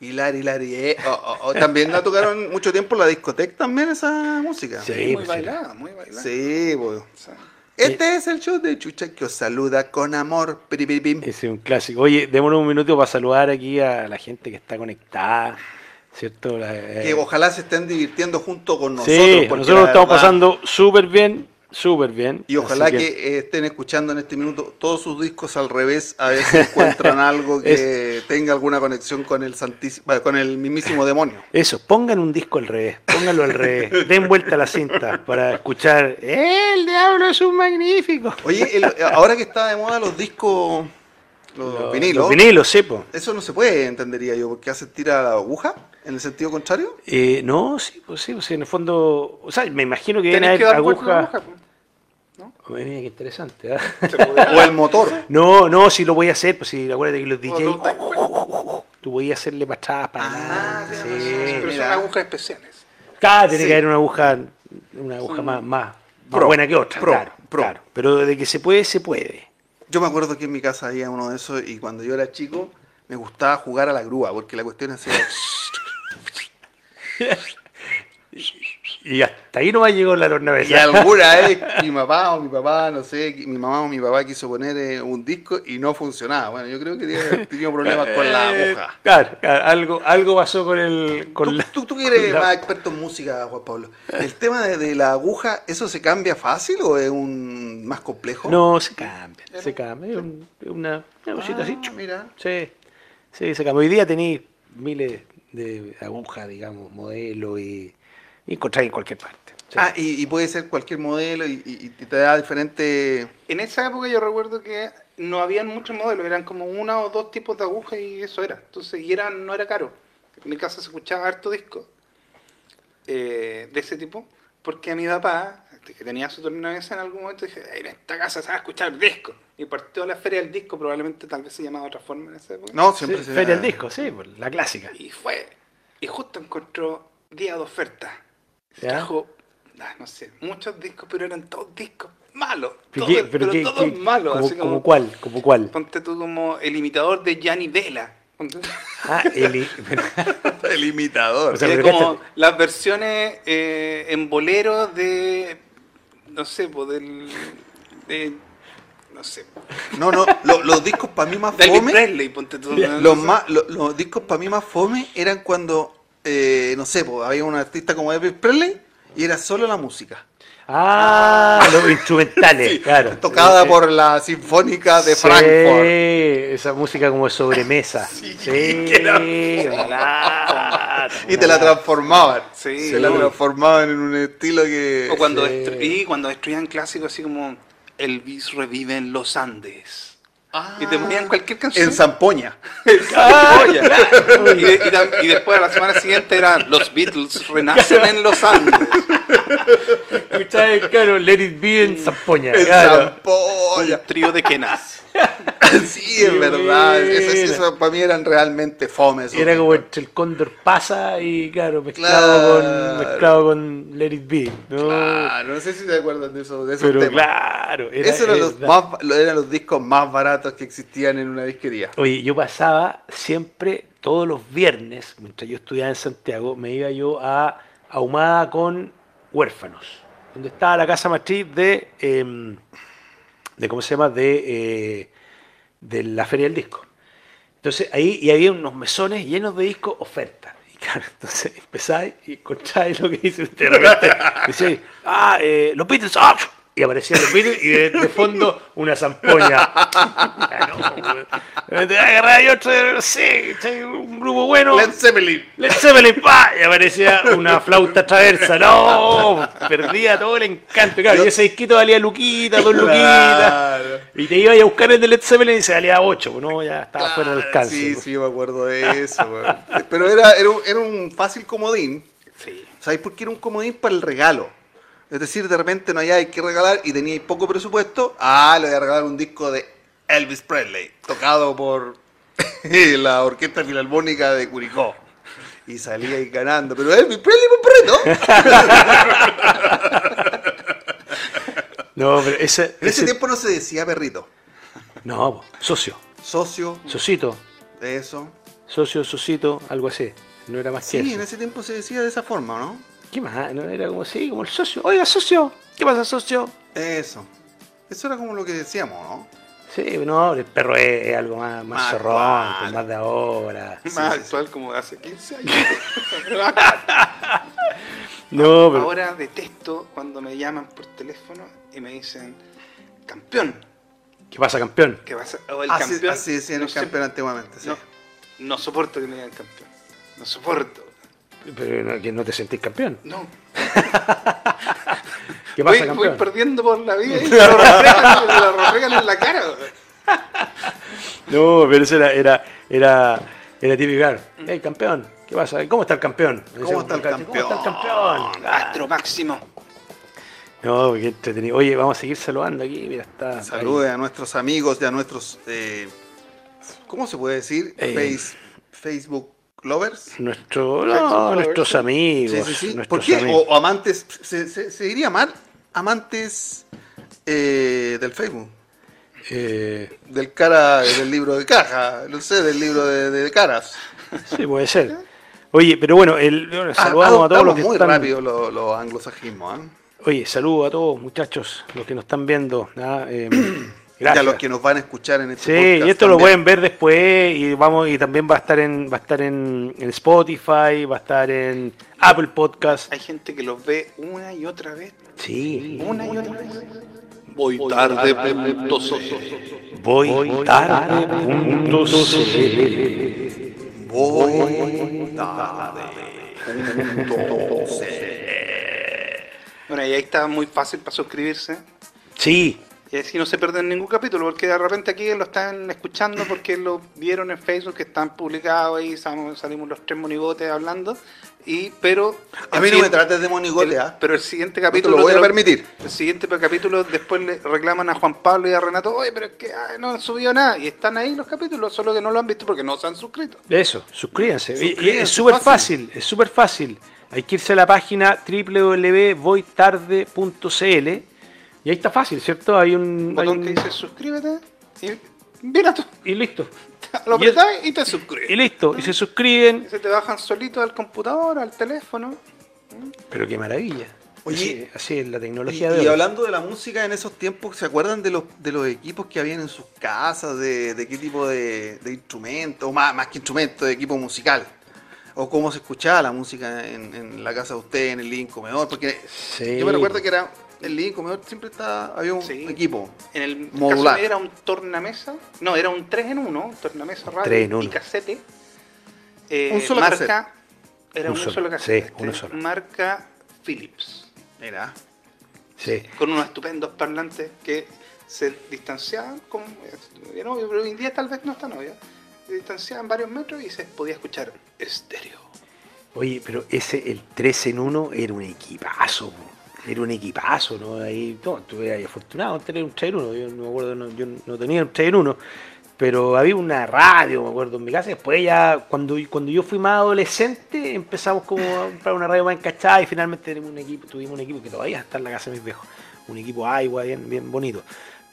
Hilari, Hilari, eh, oh, oh, oh. También la tocaron mucho tiempo en la discoteca también esa música.
Sí.
muy
pues,
bailada, muy bailada.
Sí, pues.
O sea,
Este es el show de Chucha que os saluda con amor. piripiripim.
Ese es un clásico. Oye, démonos un minuto para saludar aquí a la gente que está conectada, ¿cierto? La- eh,
Que ojalá se estén divirtiendo junto con nosotros.
sí,
porque
nosotros lo
la
estamos
verdad-
pasando súper bien, súper bien.
Y ojalá
Así
que, eh, estén escuchando en este minuto todos sus discos al revés, a ver si encuentran algo que tenga alguna conexión con el santísimo, con el mismísimo demonio.
Eso, pongan un disco al revés, pónganlo al revés, den vuelta a la cinta para escuchar El diablo es un magnífico.
Oye, el- ahora que está de moda los discos Los, vinilos.
Los vinilos, sí, po.
Eso no se puede, entendería yo, porque hace tira la aguja en el sentido contrario.
Eh, no, sí, pues sí, pues sí, en el fondo. O sea, me imagino que viene a
Tenés que
haber
dar vuelta la
aguja.
aguja. po.
Mira, qué interesante. ¿ah?
Se podría-
O el motor.
No, no, si lo voy a hacer, pues si acuérdate que los DJs.
tú te-
pues,
Tú podías hacerle para atrás, para
Ah,
adelante,
sí,
sí.
Pero son
mira.
agujas especiales.
Claro, tiene
Sí.
que haber una aguja, una aguja
Son
más, más, más
pro,
buena que otra.
pro,
claro,
pro.
claro. Pero de que se puede, se puede.
Yo me acuerdo que en mi casa había uno de esos y cuando yo era chico me gustaba jugar a la grúa porque la cuestión hacía.
Y hasta ahí no va a llegar la tornavesa.
Y alguna vez mi papá o mi papá, no sé, mi mamá o mi papá quiso poner eh, un disco y no funcionaba. Bueno, yo creo que tenía tenía problemas con la
Eh,
aguja.
Claro, claro, algo, algo pasó con el. Con
Tú,
la-
tú, tú que eres
con la-
más experto en música, Juan Pablo. ¿El tema de, de la aguja, eso se cambia fácil o es un más complejo?
No, se cambia, se cambia. Es un- es una, una cosita
Ah,
así.
mira.
Sí, sí, se cambia. Hoy día tenéis miles de agujas, digamos, modelos y, y encontráis en cualquier parte. Sí.
Ah, y, y puede ser cualquier modelo y, y- y te da diferente.
En esa época yo recuerdo que no habían muchos modelos, eran como una o dos tipos de agujas y eso era. Entonces, y era, no era caro. En mi casa se escuchaba harto disco eh, de ese tipo, porque a mi papá, este, que tenía su tornavesa en algún momento, dije, "Ay, en esta casa se va a escuchar disco. Y partió a la feria del disco, probablemente tal vez se llamaba de otra forma en esa época.
No,
Sí,
siempre se
Feria del disco, sí, pues, la clásica.
Y fue, y justo encontró día de oferta.
¿Ya?
Trajo, ah, no sé, muchos discos, pero eran todos discos malos.
¿Pero
todos-
qué- pero
pero
qué-
todos
qué-
malos.
como-
así
como cuál? ¿Como cuál?
Ponte tú como el imitador de Gianni Vela. Ponte-
Ah, el, pero-
El imitador.
O sea,
que
pero este-
como
cáchate.
las versiones eh, en bolero de. No sé, po, del. de- no sé.
No, no, lo- los discos para mí más
De Elvis
fome.
Presley, ponte tú. ¿no?
Los, más, lo- los discos para mí más fome eran cuando, eh, no sé, pues, había un artista como Elvis Presley y era solo la música.
ah, los instrumentales, claro.
Tocada
Eh,
por la Sinfónica de
sí,
Frankfurt.
esa música como de sobremesa. Sí, claro.
Y te la transformaban.
Sí,
se la
no.
transformaban en un estilo que.
O cuando,
Sí.
destru- y cuando destruían clásicos así como Elvis revive en los Andes.
Ah.
Y te ponían cualquier canción.
En Zampoña.
Ah,
Oye, y, de- y da- y después a la semana siguiente eran los Beatles renacen en los Andes.
Escuchá, claro, Let It Be en Zampoña.
Mm. En
Claro.
Zampoña.
El trío de Kenas.
Sí, es verdad.
buena.
Eso, para mí eran realmente fomes.
Era como entre el cóndor pasa y claro, mezclado,
Claro.
con, mezclado con Let It Be. ¿no?
Claro, no sé si se acuerdan de, eso, de esos
Pero
temas.
claro, era-
Esos eran los,
era-
más, lo- eran los discos más baratos que existían en una disquería.
Oye, yo pasaba siempre, todos los viernes, mientras yo estudiaba en Santiago, me iba yo a Ahumada con huérfanos, donde estaba la casa matriz de, em, de ¿cómo se llama?, de, eh, de la Feria del Disco. Entonces ahí y había unos mesones llenos de discos oferta. Y claro, entonces empezáis y encontráis lo que dice usted. De repente decís, ah, eh, los Beatles, ¡ah! Y aparecían los Beatles y de, de fondo una zampoña. Ah, no, güey. De repente, agarraba yo otro, no sé, ¿cachai? un grupo bueno.
Led Zeppelin.
Let's Zeppelin, pa, y aparecía una flauta traversa. No, perdía todo el encanto. Y Claro, y ese disquito valía luquita, dos luquitas.
Claro.
Y te iba a buscar el de Led Zeppelin y se valía 8, pues, no, ya estaba fuera del
Claro,
alcance.
Sí,
pues.
sí, yo me acuerdo de eso. weón. Pero era, era, un, era un fácil comodín.
Sí.
¿Sabéis por qué era un comodín para el regalo? Es decir, de repente no hay que regalar y teníais poco presupuesto. Ah, le voy a regalar un disco de Elvis Presley, tocado por la Orquesta Filarmónica de Curicó. Y salía ahí ganando. Pero Elvis Presley completo.
No, pero ese.
En ese
ese-
tiempo no se decía perrito.
No, po, socio,
Socio,
socito,
eso.
socio, socito, algo así. No era más que
Sí,
eso.
en ese tiempo se decía de esa forma, ¿no?
¿Qué más? Ah, No era como así, como el socio. Oiga, socio, ¿qué pasa, socio?
Eso. Eso era como lo que decíamos, ¿no?
Sí, no, el perro es, es algo más, más
Más
zorrón,
actual.
pues, más de ahora.
Más
sí, sí.
actual como de hace 15 años.
No, pero.
Ahora detesto cuando me llaman por teléfono y me dicen, campeón,
¿Qué pasa, campeón?
que vas a... O el
así,
campeón.
así decían
no
el
sé,
campeón antiguamente. sí.
No, no soporto que me digan campeón. No soporto.
Pero no, que no te sentís campeón.
No.
¿Qué pasa,
voy, voy
campeón?
perdiendo por la vida y me lo reflejan, me lo reflejan en la cara.
No, pero eso era, era, era, era típico. claro. Hey, campeón, ¿qué pasa? ¿Cómo está el campeón?
¿Cómo está el campeón? Ah,
¿Cómo está el campeón? Ah".
Astro máximo.
No, qué entretenido. Oye, vamos a seguir saludando aquí. Mira, está.
Salude a nuestros amigos y a nuestros. eh, ¿Cómo se puede decir?
Eh.
Face- Facebook lovers.
Nuestro, no, nuestros amigos.
Sí, sí, sí. ¿Por
nuestros
qué? O,
amigos.
o amantes. Se, se- se diría mal amantes eh, del Facebook.
Eh,
Del cara, del libro de caja, no sé, del libro de, de caras.
sí, puede ser. Oye, pero bueno, el, bueno, saludamos a todos los
Adoptamos
que
Ah, muy
están.
rápido lo- los anglosajismos. ¿ah?
Oye, saludo a todos, muchachos, los que nos están viendo. ah, eh,
Y a
gracias.
los que nos van a escuchar en este
Sí,
podcast
y esto lo
también.
pueden ver después y vamos y también va a estar en va a estar en, en Spotify, va a estar en Apple Podcast.
Hay gente que los ve una y otra vez.
Sí.
Una y otra vez. Voy tarde, punto soy.
Voy, tarde. punto CL.
Voy Ah, tarde.
Bueno, y ahí está muy fácil para suscribirse.
Sí.
Y así no se pierden ningún capítulo, porque de repente aquí lo están escuchando porque lo vieron en Facebook que están publicados ahí, salimos, salimos los tres monigotes hablando. Y, pero
A mí no me trates de monigote,
el-
¿ah?
Pero el siguiente
No te
capítulo.
lo voy
te
a permitir.
El siguiente capítulo después le reclaman a Juan Pablo y a Renato, oye, pero es que ay, no han subido nada. Y están ahí los capítulos, solo que no lo han visto porque no se han suscrito.
Eso, suscríbanse. Y- y
Suscríbanse,
es súper
fácil.
fácil. es súper fácil. Hay que irse a la página www.voytarde.cl y ahí está fácil, ¿cierto? Hay un,
Un
hay
botón
un-
que dice suscríbete y mira tú,
y listo.
lo
Y el-
apretás y te suscribes.
Y listo, y se suscriben.
Y se te bajan solito al computador, al teléfono.
Pero qué maravilla.
Oye,
así, así es la
Y,
tecnología de
y
hoy.
hablando de la música en esos tiempos, ¿se acuerdan de los, de los equipos que habían en sus casas? ¿De, de qué tipo de, de instrumento? O Más, más que instrumento, de equipo musical. ¿O cómo se escuchaba la música en, en la casa de usted, en el living comedor? Porque
Sí.
yo me recuerdo que era el living comedor siempre estaba, había un
Sí.
equipo.
En el
Modular.
caso era un tornamesa, no, era un 3 en 1, tornamesa radio
Tres en
y
uno.
casete. Eh,
Un solo
marca,
cassette.
era
Un
un,
solo,
solo, cassette,
sí, uno solo.
Marca Philips,
Mira.
Sí.
con unos estupendos parlantes que se distanciaban, con, eh, no, pero hoy en día tal vez no está novia, se distanciaban varios metros y se podía escuchar estéreo.
Oye, pero ese, el 3 en 1, era un equipazo. po. Era un equipazo, ¿no? Ahí, no, tú eras afortunado en tener un 3 en 1. Yo no me acuerdo, no, yo no tenía un 3 en 1. Pero había una radio, me acuerdo, en mi casa. Después ya, cuando, cuando yo fui más adolescente, empezamos como a comprar una radio más encachada y finalmente tenemos un equipo, tuvimos un equipo que todavía está en la casa de mis viejos. Un equipo agua bien, bien bonito.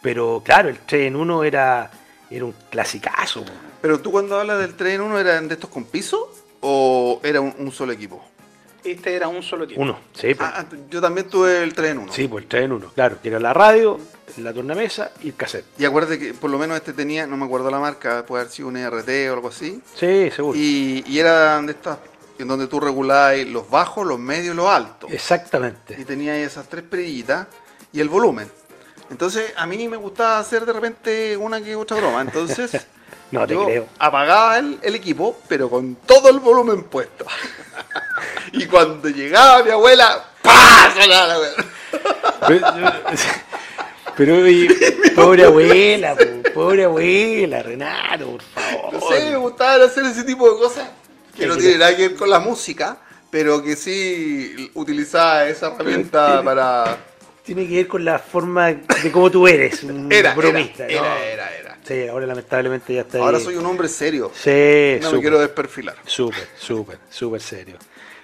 Pero claro, el 3 en 1 era, era un clasicazo. po.
Pero tú cuando hablas del tren uno ¿eran de estos con piso? ¿O era un, un solo equipo?
Este era un solo equipo.
Uno, sí, pues. po.
Ah, ah, yo también tuve el tren uno.
Sí, pues el 3 en 1, claro, que era la radio, la tornamesa y el cassette.
Y acuérdate que por lo menos este tenía, no me acuerdo la marca, puede haber sido un ERT o algo así.
Sí, seguro.
Y, y eran de estas, en donde tú regulabas los bajos, los medios y los altos. Y
Exactamente.
tenías esas tres perillitas y el volumen. Entonces a mí me gustaba hacer de repente una que otra broma. Entonces
No te
yo
creo.
apagaba el, el equipo, pero con todo el volumen puesto. y cuando llegaba mi abuela, ¡pá! Sonaba la wea.
Pero, pero, oye, pobre abuela, po, pobre abuela, Renato, por favor.
No sé, me gustaba hacer ese tipo de cosas que no tienen nada que ver con la música, pero que sí utilizaba esa herramienta para.
Tiene que ver con la forma de cómo tú eres, un
Era, era,
Mm, bromista. ¿no?
era, era, era.
Sí, ahora lamentablemente ya está.
Ahora
ahí.
soy un hombre serio.
Sí,
No me
súper.
quiero desperfilar.
Súper, súper, súper serio.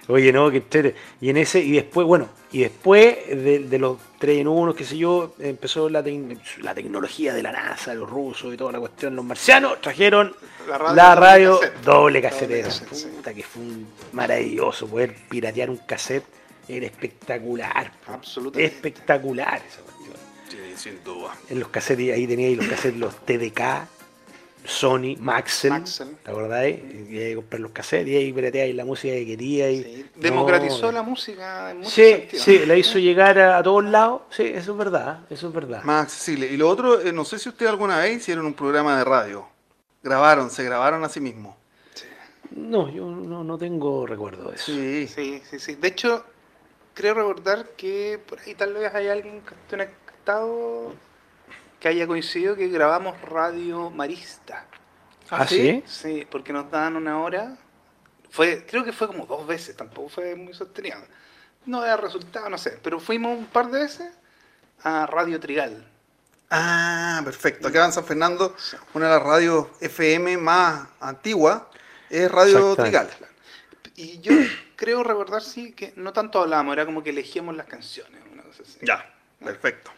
Oye, no, que entrete. Y en ese, y después, bueno, y después de, de los 3 en 1, qué sé yo, empezó la, tec- la tecnología de la NASA, los rusos y toda la cuestión. Los marcianos trajeron
La radio
la
doble
radio
cassette.
doble casetera.
Doble cassette,
Puta, que fue un maravilloso poder piratear un cassette. Era espectacular. po.
Absolutamente.
este Espectacular esa cuestión.
Sí, sin duda.
En los cassettes, ahí tenía ahí los cassettes, los TDK, Sony, Maxell,
Maxell.
¿te acordáis? Y ahí comprar los cassettes y ahí pirateáis la música que quería. Y...
Sí.
No,
Democratizó la música en muchos
Sí,
sentidos.
sí, la hizo llegar a, a todos lados. Sí, eso es verdad, eso es verdad.
Más accesible. Y lo otro, eh, no sé si ustedes alguna vez hicieron un programa de radio. Grabaron, se grabaron a sí mismos.
No, yo no, no tengo recuerdo de eso.
Sí.
Sí, sí, sí. De hecho, creo recordar que por ahí tal vez hay alguien que esté conectado que haya coincidido que grabamos Radio Marista.
¿Ah, sí?
Sí, porque nos daban una hora. Fue, creo que fue como dos veces, tampoco fue muy sostenido. No había resultado, no sé. Pero fuimos un par de veces a Radio Trigal.
Ah, perfecto. Acá en San Fernando, una de las radios FM más antiguas es Radio Trigal.
Exactamente.
Y yo creo recordar, sí, que no tanto hablábamos, era como que elegíamos las canciones. Una cosa así.
Ya, perfecto.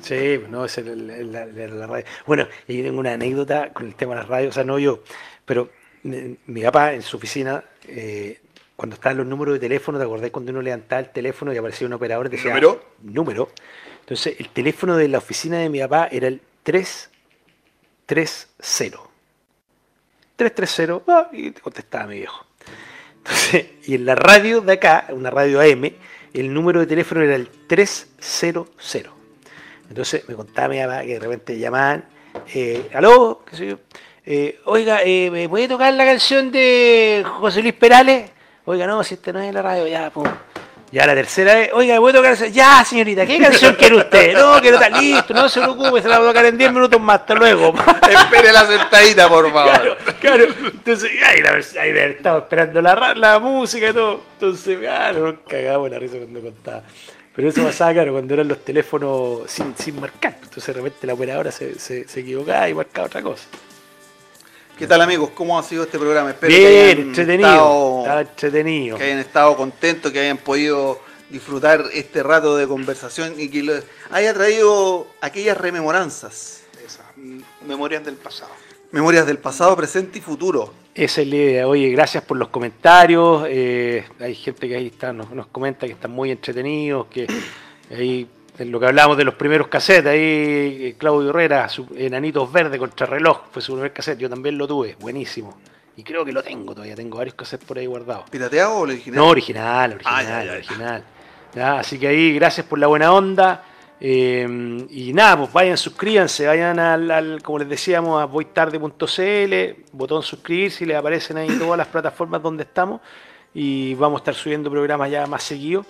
Sí, no, es el- el- el- la, la- la radio. Bueno, y yo tengo una anécdota con el tema de las radios, o sea, no yo, pero eh, mi papá en su oficina, eh, cuando estaban los números de teléfono, ¿te acordás cuando uno levantaba el teléfono y aparecía un operador y decía
¿Número?
número? Entonces, el teléfono de la oficina de mi papá era el 330. 330, ah, y te contestaba mi viejo. Entonces, y en la radio de acá, una radio AM, el número de teléfono era el 300. Entonces me contaba mi mamá que de repente llamaban, eh, aló, qué sé yo, eh, oiga, eh, ¿me puede tocar la canción de José Luis Perales? Oiga, no, si este no es en la radio, ya, pum. Ya la tercera vez, oiga, ¿me puede tocar? esa? Ya, señorita, ¿qué canción quiere usted? No, quiero tal, listo, no se preocupe, se la voy a tocar en 10 minutos más, hasta luego.
Espere la sentadita, por favor.
Claro, claro. Entonces, ahí, la, ahí la- estaba esperando la, ra- la música y todo. Entonces, claro, nos cagamos la risa cuando contaba. Pero eso pasaba, claro, cuando eran los teléfonos sin, sin marcar. Entonces, de repente, la operadora se, se, se equivocaba y marcaba otra cosa.
¿Qué tal, amigos? ¿Cómo ha sido este programa? Espero que
Bien,
hayan
entretenido.
estado-
Estaba entretenido.
que hayan estado contentos, que hayan podido disfrutar este rato de conversación y que les haya traído aquellas rememoranzas,
Esas mm, memorias del pasado.
memorias del pasado, presente y futuro.
Esa es la idea. Oye, gracias por los comentarios. eh, hay gente que ahí está, nos, nos comenta que están muy entretenidos, que ahí en lo que hablábamos de los primeros cassettes, ahí eh, Claudio Herrera, su Enanitos Verde contra reloj, fue su primer cassette, yo también lo tuve, buenísimo. Y creo que lo tengo todavía, tengo varios cassettes por ahí guardados.
¿Pirateado o el original?
No, original, original,
Ah, ya, ya, ya.
original. Ya, así que ahí, gracias por la buena onda. eh, y nada, pues vayan, suscríbanse, vayan al, al- como les decíamos, a voytarde.cl, botón suscribirse y les aparecen ahí todas las plataformas donde estamos. Y vamos a estar subiendo programas ya más seguidos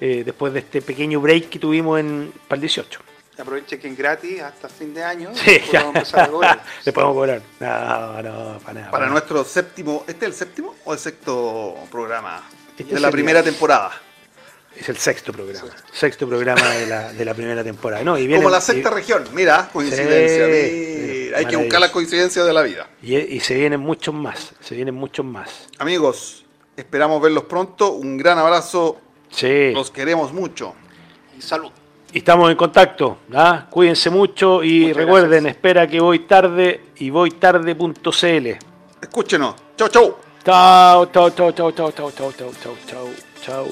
eh, después de este pequeño break que tuvimos en, para el 18.
Aproveche que es gratis hasta fin de
Ah,
año.
Sí,
después
ya.
vamos a empezar a cobrar.
Después vamos a cobrar. No, no, para nada.
Para
nada.
nuestro séptimo, ¿este es el séptimo o el sexto programa
Este
de la
sería-
primera temporada?
Es el sexto programa. Sexto programa de la, de la primera temporada. No, y viene,
Como la sexta región, mira, coincidencia.
Sí,
mira, hay que
maravilloso.
buscar las coincidencias de la vida.
Y, eh, y se vienen muchos más, se vienen muchos más.
Amigos, esperamos verlos pronto. Un gran abrazo,
Sí.
los queremos mucho.
Y salud.
Y estamos en contacto, ¿ah? Cuídense mucho y
Muchas
recuerden,
gracias.
espera que voy tarde y voy tarde.cl.
Escúchenos. Chau, chau.
Chao, chao, chao, chao, chao, chao, chao, chao, chao, chao, chao.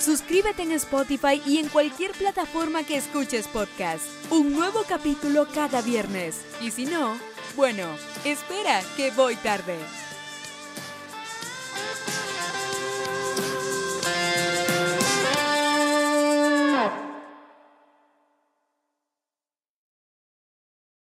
Suscríbete en Spotify y en cualquier plataforma que escuches podcast. Un nuevo capítulo cada viernes. Y si no, bueno, espera que voy tarde.